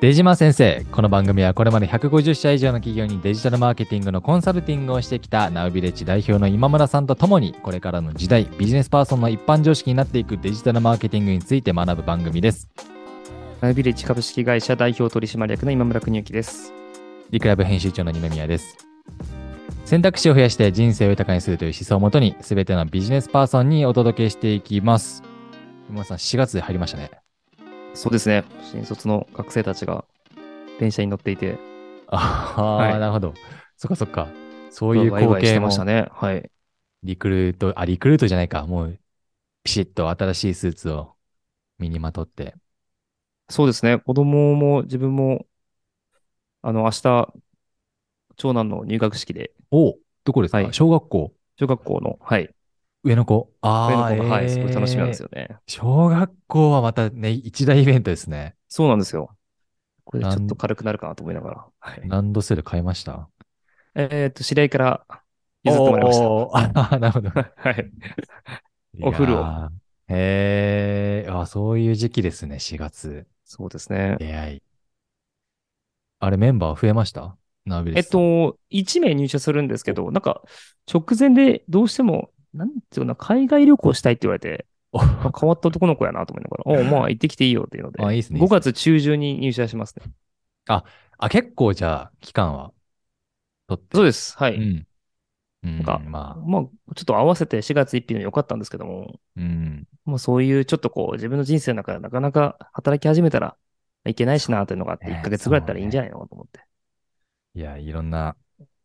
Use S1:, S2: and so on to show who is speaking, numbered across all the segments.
S1: 出島先生、この番組はこれまで150社以上の企業にデジタルマーケティングのコンサルティングをしてきたナウビレッジ代表の今村さんとともに、これからの時代、ビジネスパーソンの一般常識になっていくデジタルマーケティングについて学ぶ番組です。
S2: ナビレッジ株式会社代表取締役の今村邦之です。
S1: リクライブ編集長の二宮です。選択肢を増やして人生を豊かにするという思想をもとに、すべてのビジネスパーソンにお届けしていきます。今村さん、4月で入りましたね。
S2: そうですね。新卒の学生たちが電車に乗っていて、
S1: ああ、
S2: はい
S1: なるほど。そっかそっか。そういう
S2: ワイワ
S1: 光
S2: イして
S1: 景
S2: ま
S1: も
S2: したね。はい。
S1: リクルート、あ、リクルートじゃないか。もう、ピシッと新しいスーツを身にまとって。
S2: そうですね。子供も自分も、あの、明日、長男の入学式で、
S1: おどこですか、
S2: はい
S1: 小学校
S2: 小学校の、はい、
S1: 上の子。あ
S2: 上の
S1: あ、
S2: 子が、は
S1: え
S2: い、
S1: ー
S2: すごい楽しみなんですよね。
S1: 小学校はまたね、一大イベントですね。
S2: そうなんですよ。これち
S1: なん
S2: ょっと軽くなるかなと思いながら。はい、
S1: ランドセル買いました
S2: えーっと、知り合いから譲ってもらいまし
S1: おーあ ーなるほど。
S2: た。 はい。お風呂を
S1: いやー。へえ、あ、そういう時期ですね、4月。
S2: そうですね。
S1: 出会い。あれ、メンバー増えましたナビ
S2: え
S1: で
S2: っ
S1: す。と、
S2: と、1名入社するんですけど、なんか、直前でどうしても、なんていうのかな、海外旅行したいって言われて、あ変わった男の子やなと思いながら、おうまあ行ってきていいよっていうので、
S1: あいいっすねいいっ
S2: 5
S1: すね
S2: 月中旬に入社しますね。
S1: あ、結構じゃあ、期間は取って。
S2: そうです。は
S1: う
S2: い。
S1: ん。うん、
S2: んか
S1: まあ、
S2: まあ、ちょっと合わせて4月1日の良かったんですけども、
S1: うん。
S2: もうそういうちょっとこう、自分の人生の中でなかなか働き始めたらいけないしなというのがあって、
S1: そうね
S2: 1ヶ月ぐらいだったらいいんじゃないのと思って。
S1: いや、いろんな、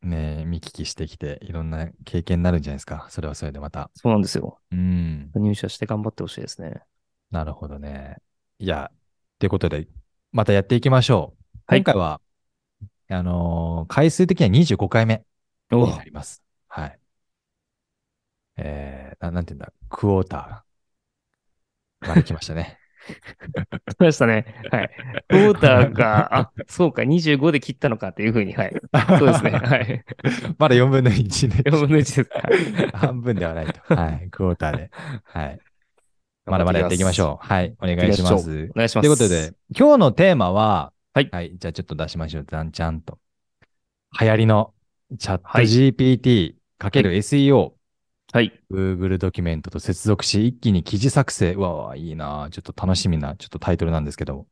S1: ね、見聞きしてきて、いろんな経験になるんじゃないですか。それはそれでまた。
S2: そうなんですよ。
S1: うん。
S2: 入社して頑張ってほしいですね。
S1: なるほどね。いや、ということで、またやっていきましょう。
S2: はい
S1: 今回は、あのー回数的には25回目
S2: お
S1: になります。はい。えー、ななんていうんだ、クォーターまで来ましたね。
S2: そうでしたね。はい。クォーターが、あ、そうか、25で切ったのかっていうふうに、はい。 そう ですね。はい。
S1: まだ4分の1ね。
S2: 4分の1です。はい
S1: 半分ではないと。はい。クォーターで。はい。まだまだやっていきましょう。はい。お願いしま
S2: やっていき
S1: す
S2: う。。お願いします。
S1: ということで、、今日のテーマは、
S2: はい
S1: じゃあちょっと出しましょう。ざんちゃんと。流行りのチャット
S2: はい
S1: GPT かける SEO、
S2: はい。
S1: Google ドキュメントと接続し、一気に記事作成。うわあ、いいなあちょっと楽しみな、ちょっとタイトルなんですけど。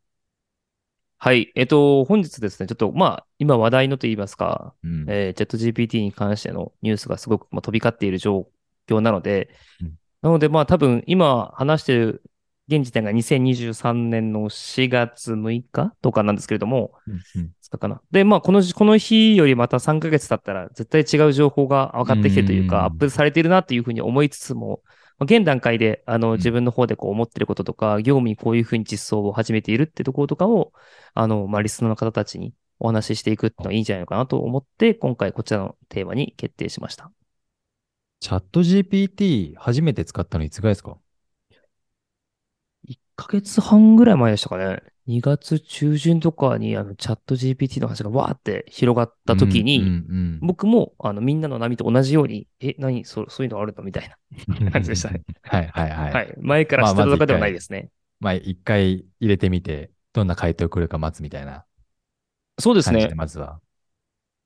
S2: はい。えっと、本日ですね、ちょっと、まあ、今話題のといいますか、
S1: うん。
S2: えー、チャット GPT に関してのニュースがすごく、まあ、飛び交っている状況なので
S1: うん、
S2: なので、まあ、多分、今話している、現時点が2023年の4月6日とかなんですけれども、
S1: うん
S2: だかな。で、まあ、このじ、この日よりまた3ヶ月経ったら、絶対違う情報が分かってきてという
S1: うん
S2: か、アップされているなというふうに思いつつも、まあ現段階で、あ
S1: うん
S2: の、自分の方でこう思ってることとか、業務にこういうふうに実装を始めているってところとかを、あの、まあ、リスナーの方たちにお話ししていくのはいいんじゃないのかなと思って、今回こちらのテーマに決定しました。
S1: チャット GPT 初めて使ったのいつぐらいですか
S2: 1ヶ月半ぐらい前でしたかね。2月中旬とかに、あの、チャット GPT の話がわーって広がった時に、
S1: うんうんうん
S2: 僕も、あの、みんなの波と同じように、え、何、そそういうのあるのみたいな。感じでしたね。
S1: はいはいはい。
S2: はい。前から知ってたとかではないですね。
S1: まあ、一回入れてみて、どんな回答来るか待つみたいな
S2: そうです
S1: 感じ
S2: ね
S1: で、。まずは。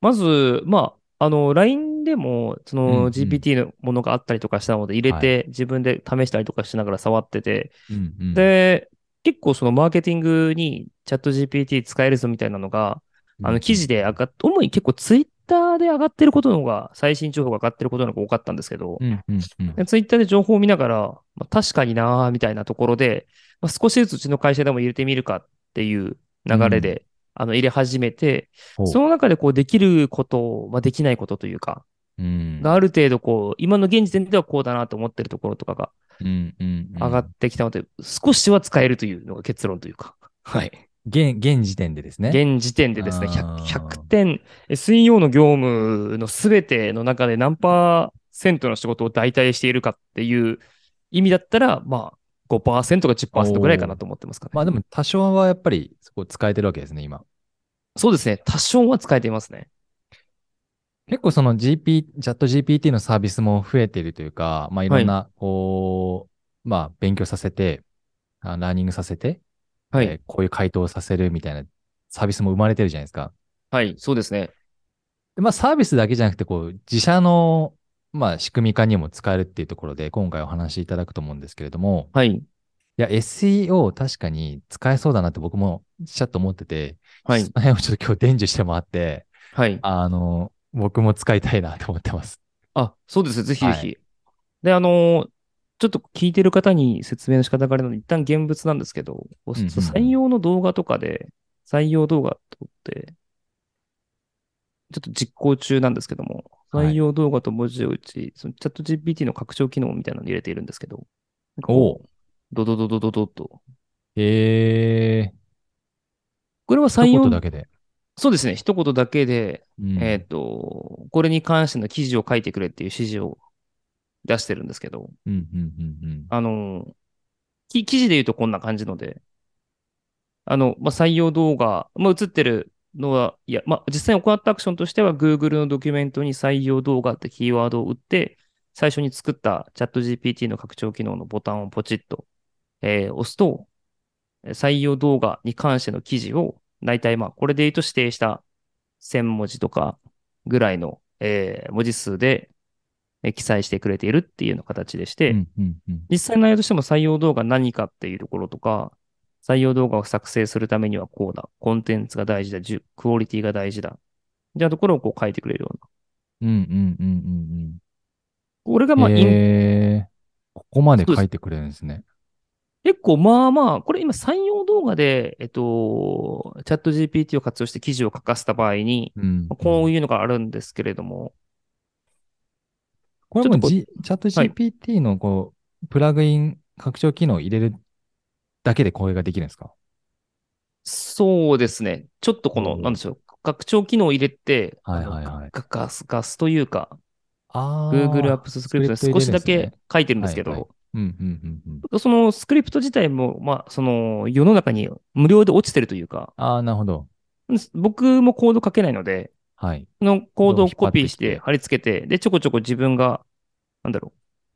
S2: まず、まあ、あの、LINE でも、そ
S1: うんうん
S2: の GPT のものがあったりとかしたので、入れて、自分で試したりとかしながら触ってて、
S1: うんうん、
S2: で、結構そのマーケティングにチャット GPT 使えるぞみたいなのが、あの、記事で上がっ、主に結構ツイッターで上がってることの方が、最新情報が上がってることの方が多かったんですけど、
S1: うんうんうん
S2: でツイッターで情報を見ながら、まあ、確かになーみたいなところで、まあ、少しずつうちの会社でも入れてみるかっていう流れで、あの入れ始めて、
S1: ほう
S2: その中でこうできること、まあ、できないことというか、
S1: うん
S2: がある程度こう、今の現時点ではこうだなと思ってるところとかが
S1: うんうんうん
S2: 上がってきたので、少しは使えるというのが結論というか。はい。
S1: 現、現時点でですね。
S2: 現時点でですね、
S1: あー
S2: 100, 100点、SEO の業務のすべての中で何パーセントの仕事を代替しているかっていう意味だったら、まあ、5%か10%ぐらいかなと思ってますかね。
S1: まあでも多少はやっぱりそこ使えてるわけですね、今。
S2: そうですね、多少は使えていますね。
S1: 結構その GP、チャット GPT のサービスも増えているというか、まあいろんな、こう、まあ勉強させて、あラーニングさせて、
S2: は
S1: えーこういう回答をさせるみたいなサービスも生まれてるじゃないですか。
S2: はい、そうですね。
S1: でまあ、サービスだけじゃなくて、こう、自社の、まあ、仕組み化にも使えるっていうところで、今回お話しいただくと思うんですけれども、
S2: はい。
S1: いや、SEO 確かに使えそうだなって僕もちゃっと思ってて、
S2: は
S1: そ
S2: い。
S1: の辺をちょっと今日伝授してもらって、
S2: はい。
S1: あの、僕も使いたいなと思ってます。
S2: あ、そうです。ぜひぜ
S1: はい
S2: ひ。で、あのーちょっと聞いてる方に説明の仕方があるので、一旦現物なんですけど、こう
S1: うんうんうん
S2: 採用の動画とかで、採用動画撮って、ちょっと実行中なんですけども、
S1: はい
S2: 採用動画と文字を打ち、そのチャット GPT の拡張機能みたいなの入れているんですけど、なんかこうドドドドドドッと。
S1: え
S2: これは
S1: ー、
S2: 採
S1: 一
S2: 用
S1: 言、だけで。
S2: そうですね、一言だけで、
S1: うん
S2: えっ、と、これに関しての記事を書いてくれっていう指示を出してるんですけど、
S1: うんうんうんうん。
S2: あの、き記事で言うとこんな感じので、あの、まあ、採用動画、まあ、映ってるのは、いや、まあ、実際に行ったアクションとしては、Google のドキュメントに採用動画ってキーワードを打って、最初に作ったチャット GPT の拡張機能のボタンをポチッと、えー押すと、えー採用動画に関しての記事を、大体まあ、これで言うと指定した1000文字とかぐらいの、えー文字数で、えー記載してくれているっていうような形でして、
S1: うんうんうん
S2: 実際の内容としても採用動画何かっていうところとか、採用動画を作成するためにはこうだ、コンテンツが大事だ、じゅクオリティが大事だ、じゃあところをこう書いてくれるような。
S1: うんうんうん
S2: これ
S1: う
S2: が
S1: ん
S2: ま
S1: う
S2: あ、
S1: ん。
S2: イン
S1: えー、ここまで
S2: そうで
S1: 書
S2: す
S1: いてくれるんですね。
S2: 結構まあまあ、これ今採用動画で、えっと、チャット GPT を活用して記事を書かせた場合に、
S1: うん。
S2: こういうのがあるんですけれども、
S1: これも
S2: ちょっとこう
S1: G、チャット
S2: はい
S1: GPT のこう、プラグイン拡張機能を入れるだけでこれができるんですか
S2: そうですね。ちょっとこの、
S1: おー
S2: なんでしょう、拡張機能を入れて、
S1: はいはいはい
S2: あのガガス、ガスというか、
S1: あ
S2: Google Apps
S1: プ
S2: Script で少しだけ。書いてるんですけ
S1: はい
S2: ど、
S1: うんうんうんうん。
S2: そのスクリプト自体も、まあ、その世の中に無料で落ちてるというか、
S1: ああ、なるほど。
S2: 僕もコード書けないので、
S1: はい。
S2: そのコードをコピーし
S1: 引っ張ってき
S2: て
S1: て
S2: 貼り付けて、で、ちょこちょこ自分が、なんだろ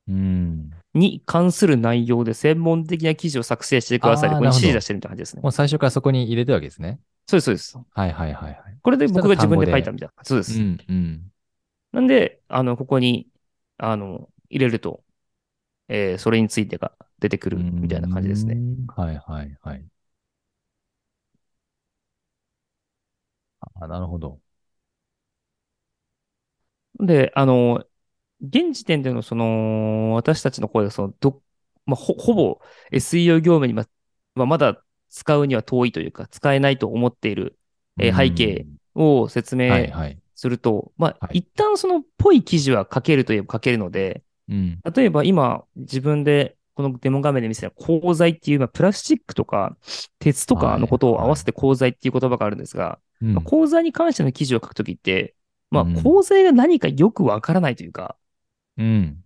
S1: うん。
S2: う、に関する内容で専門的な記事を作成してください
S1: あー
S2: ここに
S1: なるほ
S2: 指
S1: ど
S2: 示出してるみたいな感じですね。
S1: もう最初からそこに入れたわけですね。
S2: そうです、そうです。
S1: はいはいはいはい。
S2: これで僕が自分で
S1: そ
S2: 書
S1: し
S2: い
S1: たら
S2: た
S1: 単
S2: みたいな。そうです。
S1: うんうん。
S2: なんで、あの、ここに、あの、入れると、えーそれについてが出てくるみたいな感じですね。
S1: うん。はいはいはい。あーなるほど。
S2: で、あの、現時点でのその、私たちの声でそのど、まあ、ほ、ほぼ SEO 業務にま、まあまだ使うには遠いというか、使えないと思っているえー背景を説
S1: うん。はい
S2: 明
S1: はい。
S2: すると、まあ
S1: は、い
S2: 一旦そのっぽい記事は書けるといえば書けるので、
S1: うん。
S2: 例えば今、自分でこのデモ画面で見せた鋼材っていう、まあ、プラスチックとか鉄とかのことを合わせて鋼材っていう言葉があるんですが、
S1: うん
S2: まあ、講座に関しての記事を書くときって、ま
S1: う
S2: あ、
S1: ん
S2: 講座が何かよくわからないというか、
S1: うん。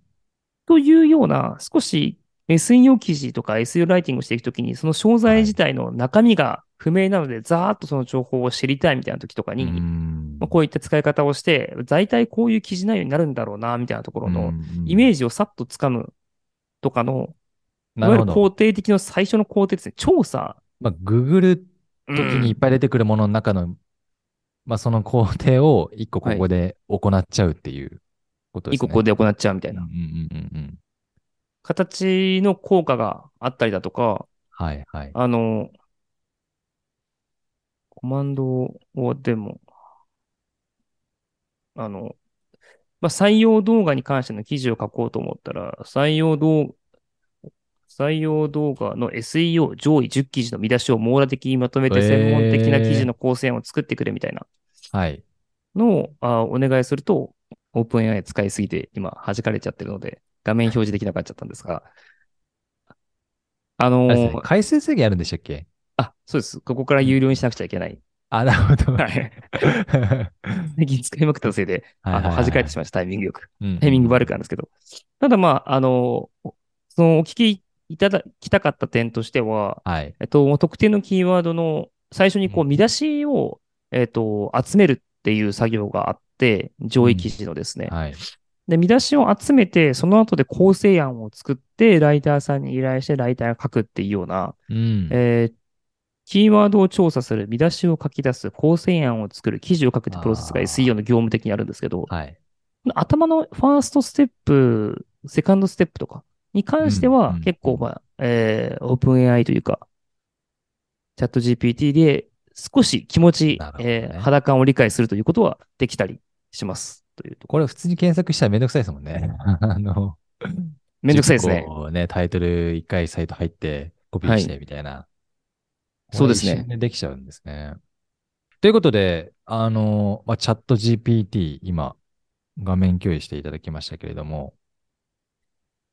S2: というような、少し SEO 記事とか SEO ライティングをしていくときに、その詳細自体の中身が不明なので、ざーっとその情報を知りたいみたいなときとかに、
S1: うん
S2: まあ、こういった使い方をして、大体こういう記事内容になるんだろうな、みたいなところ
S1: う
S2: の、
S1: んうん
S2: イメージをさっとつかむとかの、い
S1: な
S2: わ
S1: るほ
S2: ゆる
S1: ど
S2: 肯定的の最初の肯定ですね、調査。
S1: まあ、ググる
S2: う
S1: 時にいっ
S2: ん
S1: ぱい出てくるものの中の、まあ、その工程を一個ここで行っちゃうっていうことで
S2: 一
S1: すね。
S2: 個ここで行っちゃうみたい
S1: うん
S2: な
S1: うんうんうん。
S2: 形の効果があったりだとか、
S1: はいはい。
S2: あの、コマンドをでも、あの、まあ、採用動画に関しての記事を書こうと思ったら、採用動、採用動画の SEO 上位10記事の見出しを網羅的にまとめ
S1: へ
S2: て
S1: ー
S2: 専門的な記事の構成案を作ってくれみたいな
S1: はい。
S2: のをあお願いすると、オープン AI 使いすぎて今弾かれちゃってるので、画面表示できなくなっちゃったんですが、あ
S1: あ
S2: の
S1: れですね回数制限あるんでしたっけ
S2: あ、そうです。ここから有料にしなくちゃいけない。
S1: あ、なるほど。。
S2: はいい。最近使いまくったせいで、あの、弾かれてしまいました、タイミングよく。
S1: まう。
S2: タイミング悪くなんですけど。ただまあ、あの、その、お聞きいただきたかった点としては、
S1: はい。
S2: えっと、特定のキーワードの最初にこう、見出しを、えっと、集めるっていう作業があって、上位記事のですね。
S1: はい。
S2: で、見出しを集めて、その後で構成案を作って、ライターさんに依頼して、ライターが書くっていうような、
S1: うん。
S2: えーキーワードを調査する、見出しを書き出す、構成案を作る、記事を書くってプロセスが
S1: あー
S2: SEO の業務的にあるんですけど、
S1: はい。
S2: 頭のファーストステップ、セカンドステップとかに関して
S1: うんう
S2: は
S1: ん
S2: 結構、まあ、えー、オープン AI というか、チャット GPT で少し気持ち、
S1: なるほどね
S2: えー肌感を理解するということはできたりします。というとこ
S1: これ普通に検索したらめんどくさいですもんね。 あの、
S2: めんどくさいですね。
S1: こうね、タイトル一回サイト入って、コピーしてみたいな。
S2: そうですね
S1: これ一瞬できちゃうんですね。ということで、あの、まあ、チャット GPT、今、画面共有していただきましたけれども、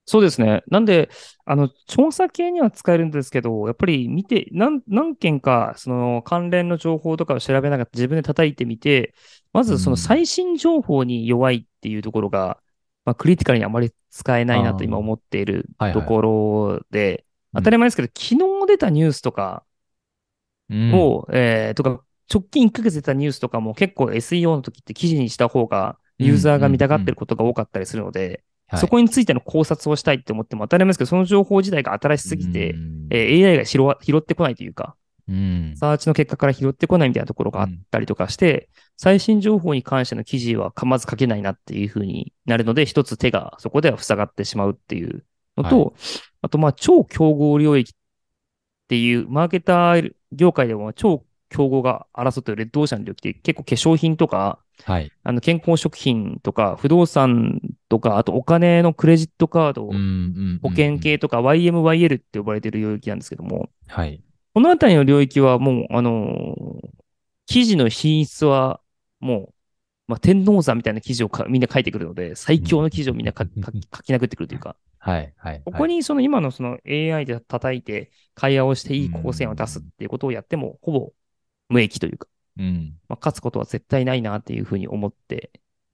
S2: そうですね。なんで、あの、調査系には使えるんですけど、やっぱり見て、何、何件か、その関連の情報とかを調べながら自分で叩いてみて、まずその
S1: うん
S2: 最新情報に弱いっていうところが、まあ、クリティカルにあまり使えないなと今
S1: あー
S2: 思っている
S1: はいはい
S2: ところで、
S1: うん
S2: 当たり前ですけど、昨日出たニュースとか
S1: うん
S2: を、えーとか、直近1ヶ月出たニュースとかも結構 SEO の時って記事にした方が、ユーザーが見たがってることが多かったりするので、
S1: はい
S2: そこについての考察をしたいって思っても当たり前ですけど、その情報自体が新しすぎて、えー AI が拾わ拾ってこないというか、
S1: うん、
S2: サーチの結果から拾ってこないみたいなところがあったりとかして、最新情報に関しての記事はかまず書けないなっていうふうになるので、一つ手がそこでは塞がってしまうっていうのと、
S1: は
S2: あとまあ超競合領域っていう、マーケター業界でも超競合が争ってるレッドオーシャンの領域って結構化粧品とか、
S1: はい。
S2: あの健康食品とか、不動産とか、あとお金のクレジットカード、
S1: うんうん
S2: 保険系とか YMYL って呼ばれてる領域なんですけども、
S1: うんはい。
S2: このあたりの領域はもう、あのー記事の品質はもう、まあ、天王山みたいな記事をかみんな書いてくるので、最強の記事をみんなか
S1: うん
S2: か書き殴ってくるというか、
S1: はい。はい。
S2: ここ
S1: に、
S2: にその今のその AI で叩いて会話をしていい構成を出すっていうことをやっても、ほぼ無益というか、
S1: うん。
S2: まあ、勝つことは絶対ないなっていうふうに思って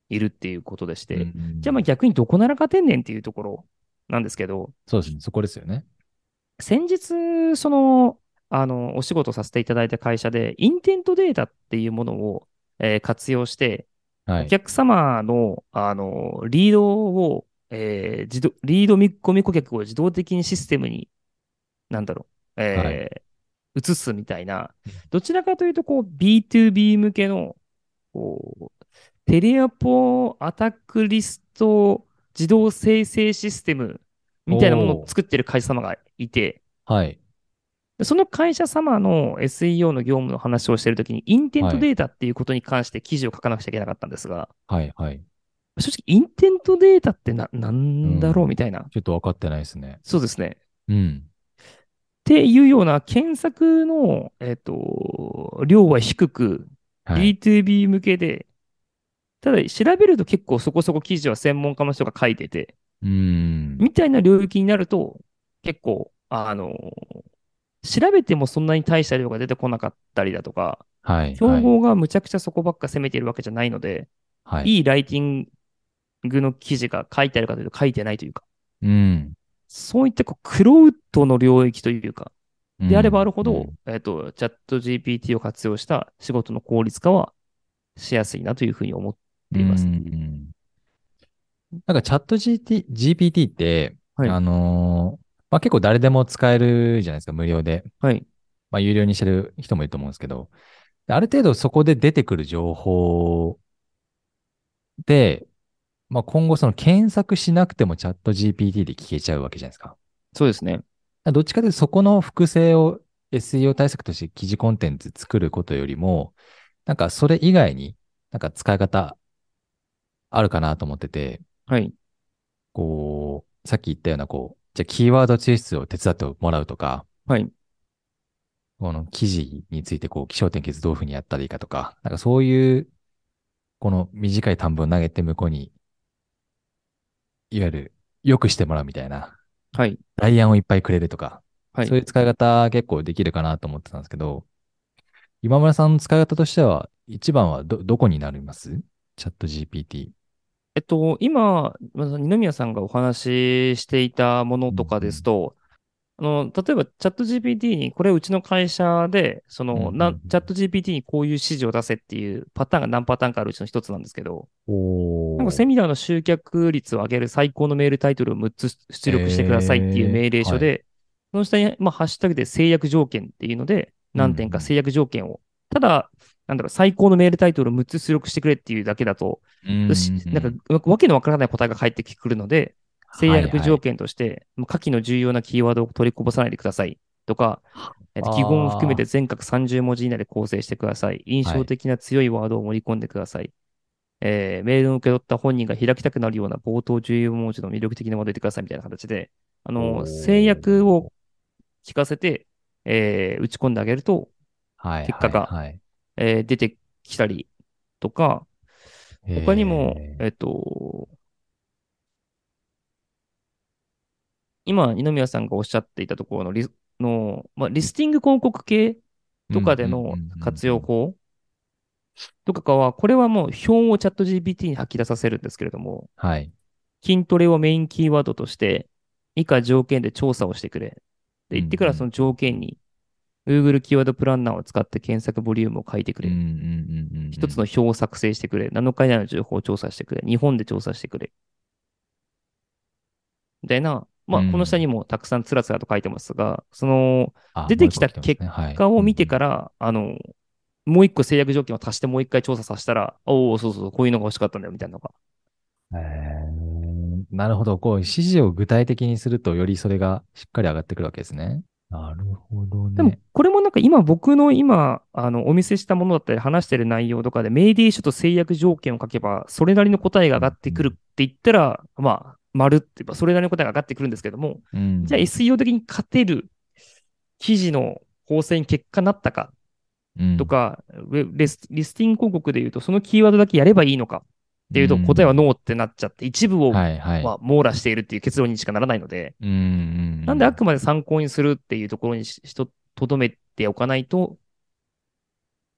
S2: いるっていうことでして、
S1: うん
S2: じゃあまあ逆にどこなら勝てんねんっていうところなんですけど、
S1: そうですね。そこですよね。
S2: 先日、その、あの、お仕事させていただいた会社で、インテントデータっていうものを、えー活用して、
S1: は
S2: お
S1: い。
S2: 客様の、あの、リードを、えー自動、リード見込み顧客を自動的にシステムに、なんだろう、えー移すみたいな、どちらかというと、こう、B2B 向けの、こう、テレアポアタックリスト自動生成システムみたいなものを作ってる会社様がいて、
S1: はい。
S2: でその会社様の SEO の業務の話をしているときに、インテントデータっていうことに関して記事を書かなくちゃいけなかったんですが、
S1: はい。はい。
S2: 正直、インテントデータってな、なんだろうみたいな。
S1: ちょっと分かってないですね。
S2: そうですね。
S1: うん。
S2: っていうような検索の、えっと、量は低く、
S1: はい。
S2: B2B 向けで、ただ調べると結構そこそこ記事は専門家の人が書いてて、
S1: うん。
S2: みたいな領域になると、結構、あの、調べてもそんなに大した量が出てこなかったりだとか、
S1: はい。
S2: 競
S1: はい
S2: 合がむちゃくちゃそこばっか攻めているわけじゃないので、
S1: はい。
S2: いいライティングの記事が書いてあるかというと書いてないというか、
S1: うん。
S2: そういったこうクロウトの領域というか、であればあるほ
S1: う
S2: ど
S1: ん、
S2: えっと、チャット GPT を活用した仕事の効率化はしやすいなというふうに思っています。
S1: うんうんなんかチャット GT GPT って、
S2: はい
S1: あのーまあ、結構誰でも使えるじゃないですか、無料で。
S2: はい。
S1: まあ、有料にしてる人もいると思うんですけど、である程度そこで出てくる情報で、まあ、今後その検索しなくてもチャット GPT で聞けちゃうわけじゃないですか。だか
S2: そうですね。
S1: らどっちかというとそこの複製を SEO 対策として記事コンテンツ作ることよりも、なんかそれ以外になんか使い方あるかなと思ってて、
S2: はい。
S1: こう、さっき言ったような、こう、じゃあキーワード抽出を手伝ってもらうとか、
S2: はい。
S1: この記事について、こう、気象点結どういうふうにやったらいいかとか、なんかそういう、この短い短文投げて向こうに、いわゆる、良くしてもらうみたいな、
S2: はい。
S1: 代案をいっぱいくれるとか、
S2: はい。
S1: そういう使い方結構できるかなと思ってたんですけど、今村さんの使い方としては、一番はど、どこになりますチャット GPT。
S2: えっと、今、まず二宮さんがお話ししていたものとかですと、あの、例えばチャット GPT に、これうちの会社で、そ
S1: うんうんう
S2: の、
S1: ん
S2: な、チャット GPT にこういう指示を出せっていうパターンが何パターンかあるうちの一つなんですけど、
S1: お
S2: なんかセミナーの集客率を上げる最高のメールタイトルを6つ出力してくださいっていう命令書で、その下に、まあ、ハッシュタグで制約条件っていうので、何点か制約条件を。ただ、なんだろう、最高のメールタイトルを6つ出力してくれっていうだけだと、
S1: うん
S2: しなんか、わけのわからない答えが返ってくるので、制約条件として、もう下記の重要なキーワードを取りこぼさないでくださいとか、えっと
S1: あー
S2: 記号も含めて全角30文字以内で構成してください。印象的な強いワードを盛り込んでください。えーメールを受け取った本人が開きたくなるような冒頭14文字の魅力的なものを入れてくださいみたいな形で、あ
S1: おー
S2: の、制約を聞かせて、えー打ち込んであげると、
S1: はいはいはい、
S2: 結果が
S1: はいはい
S2: えー出てきたりとか、他にも、
S1: えー
S2: えっと、今、二宮さんがおっしゃっていたところのリスの、まあ、リスティング広告系とかで
S1: うんうん
S2: の
S1: うんうんうん
S2: 活用法とかは、これはもう表をチャット GPT に吐き出させるんですけれども、
S1: はい。
S2: 筋トレをメインキーワードとして、以下条件で調査をしてくれ。で、言ってか
S1: う
S2: ら
S1: んうん
S2: その条件に、Google キーワードプランナーを使って検索ボリュームを書いてくれ。一つ
S1: の
S2: の表を作成してくれ。7日以内の情報を調査してくれ。日本で調査してくれ。みたいな、まあ、
S1: うん
S2: この下にもたくさんつらつらと書いてますが、その、出てきた結
S1: 果
S2: 他を見てから、あの、もう一個制約条件を足してもう一回調査させたら、おお、そうそうそう、こういうのが欲しかったんだよ、みたいなのが。
S1: えーなるほど。こう、指示を具体的にすると、よりそれがしっかり上がってくるわけですね。なるほどね。
S2: でも、これもなんか今、僕の今、あの、お見せしたものだったり、話してる内容とかで、命令書と制約条件を書けば、それなりの答えが上がってくるって言ったら、まあ、丸って言えば、それなりの答えが上がってくるんですけども、
S1: うん
S2: じゃあ SEO 的に勝てる記事の構成に結果なったか
S1: うん
S2: とか、ウェレスリスティング広告で言うと、そのキーワードだけやればいいのかっていうと、
S1: うん
S2: 答えはノーってなっちゃって、一部を、
S1: はいはい。
S2: まあ、網羅しているっていう結論にしかならないので、
S1: うんうん
S2: なんであくまで参考にするっていうところにししととどめておかないと、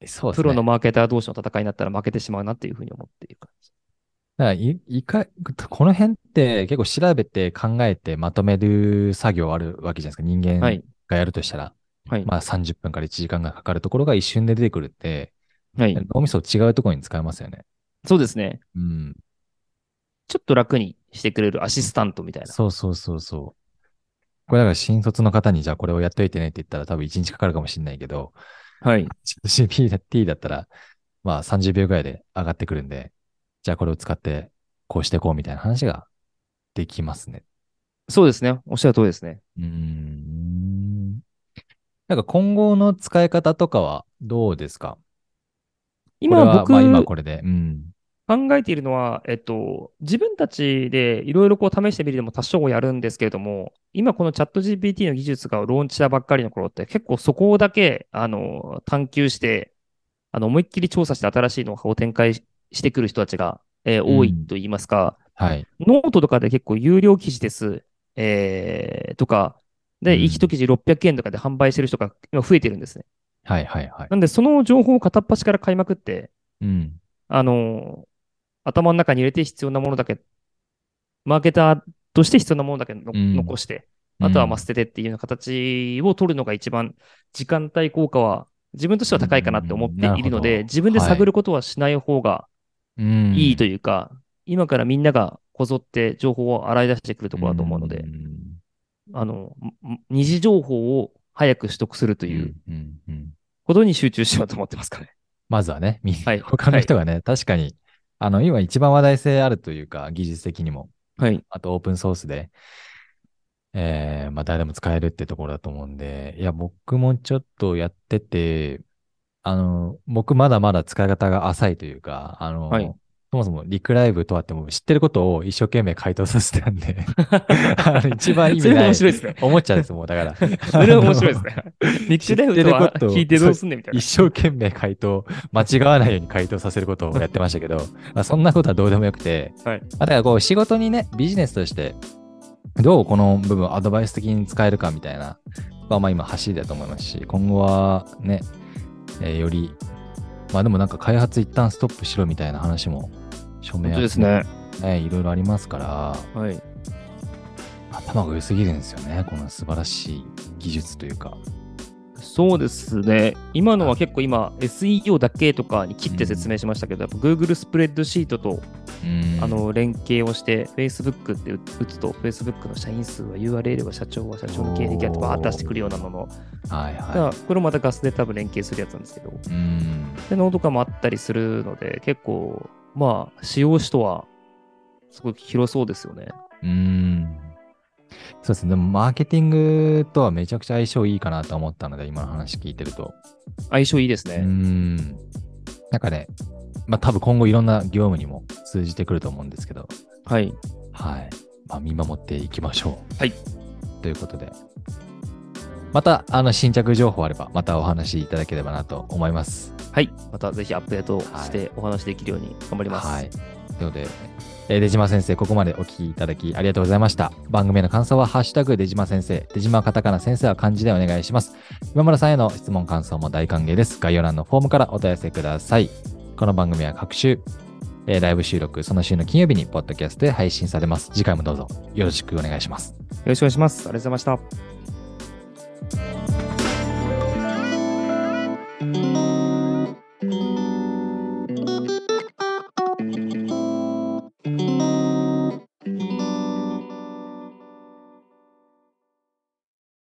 S1: そうですね
S2: プロのマーケター同士の戦いになったら負けてしまうなっていうふうに思っている感じ。
S1: だからいいか、この辺って結構調べて考えてまとめる作業あるわけじゃないですか。人間
S2: はい。
S1: がやるとしたら、
S2: はい。
S1: まあ30分から1時間がかかるところが一瞬で出てくるって、
S2: はい。
S1: 脳みそを違うところに使えますよね。
S2: そうですね。
S1: うん。
S2: ちょっと楽にしてくれるアシスタントみたいな。
S1: そうそうそうそう。これだから新卒の方にじゃあこれをやっといてねって言ったら多分1日かかるかもしれないけど、
S2: はい。
S1: CPT だったらまあ30秒ぐらいで上がってくるんで、じゃあこれを使ってこうしてこうみたいな話ができますね。
S2: そうですね。おっしゃる通りですね。
S1: うーん。なんか今後の使い方とかはどうですかこ
S2: 今
S1: れは
S2: 僕、
S1: まあ今これで。うん。
S2: 考えているのは、えっと、自分たちでいろいろこう試してみるのも多少やるんですけれども、今このチャット GPT の技術がローンチしたばっかりの頃って結構そこだけ、あの、探求して、あの、思いっきり調査して新しいノウハウを展開ししてくる人たちが、えー
S1: うん
S2: 多いと言いますか、
S1: はい。
S2: ノートとかで結構有料記事です、えーとか、
S1: う
S2: で、
S1: ん
S2: 一記事600円とかで販売してる人が今増えてるんですね。
S1: はいはいはい。
S2: なんで、その情報を片っ端から買いまくって、
S1: うん。
S2: あの、頭の中に入れて必要なものだけ、マーケターとして必要なものだけの
S1: うん
S2: 残して、あとはまあ
S1: うん
S2: 捨ててっていうような形を取るのが一番時間帯効果は自分としては高いかなって思っているの
S1: うんなるほど
S2: で、自分で
S1: は
S2: 探
S1: い
S2: ることはしない方が
S1: うん
S2: いいというか、今からみんながこぞって情報を洗い出してくるところだと思うので、あの、ん二次情報を早く取得すると
S1: と
S2: いう。
S1: んうん
S2: ことに集中しようと思ってますかね。
S1: まずはね、み
S2: はい
S1: 他の人がね、確かに、あの、今一番話題性あるというか、技術的にも、
S2: はい。
S1: あとオープンソースで、えー、まあ誰でも使えるってところだと思うんで、いや、僕もちょっとやってて、あの、僕まだまだ使い方が浅いというか、あの、
S2: はい
S1: そもそもリクライブとはっても知ってることを一生懸命回答させてたんで、あの一番意
S2: そ
S1: 味
S2: れも
S1: ない
S2: 面。白いですね。
S1: おもちゃです、もうだから。
S2: それは 面白いですね。
S1: ミ
S2: 知ってることは聞いてどうすんねんみたいな
S1: 一。生懸命回答、間違わないように回答させることをやってま したけど、まあ、そんなことはどうでもよくて、
S2: はい
S1: まあだからこう仕事にね、ビジネスとして、どうこの部分アドバイス的に使えるかみたいな、まあ今走りだと思いますし、今後はね、えーより、まあでもなんか開発一旦ストップしろみたいな話も、署名
S2: 本当
S1: 集
S2: ですね。
S1: めね、いろいろありますから、
S2: はい。
S1: 頭が良すぎるんですよね、この素晴らしい技術というか。
S2: そうですね。今のは結構今、SEO だけとかに切って説明しましたけど、やっぱ Google スプレッドシートと
S1: うん
S2: あの連携をして Facebook って打つと Facebook の社員数は URL は社長は社長の経歴はってバーッと出してくるようなもの
S1: はい
S2: だから
S1: は
S2: これもまたガスで多分連携するやつなんですけど
S1: い。うん。
S2: でノーとかもあったりするので結構まあ使用しとはすごい広そうですよね
S1: うん。そうですね。でもマーケティングとはめちゃくちゃ相性いいかなと思ったので、今の話聞いてると。
S2: 相性いいです
S1: う
S2: ね
S1: ん。なんかね、まあ多分今後いろんな業務にも通じてくると思うんですけど、
S2: はい
S1: はい。まあ見守っていきましょう。
S2: はい。
S1: ということで、また、あの、新着情報あれば、またお話しいただければなと思います。
S2: はいまたぜひアップデートしてお話しできるように頑張ります、
S1: はい。ということで、えー、出島先生、ここまでお聞きいただきありがとうございました。番組への感想は、ハッシュタグ出島先生、出島はカタカナ先生は漢字でお願いします。今村さんへの質問、感想も大歓迎です。概要欄のフォームからお問い合わせください。この番組は各週、えーライブ収録、その週の金曜日に、ポッドキャストで配信されます。次回もどうぞよろしくお願いします。
S2: よろしくお願いしますありがとうございました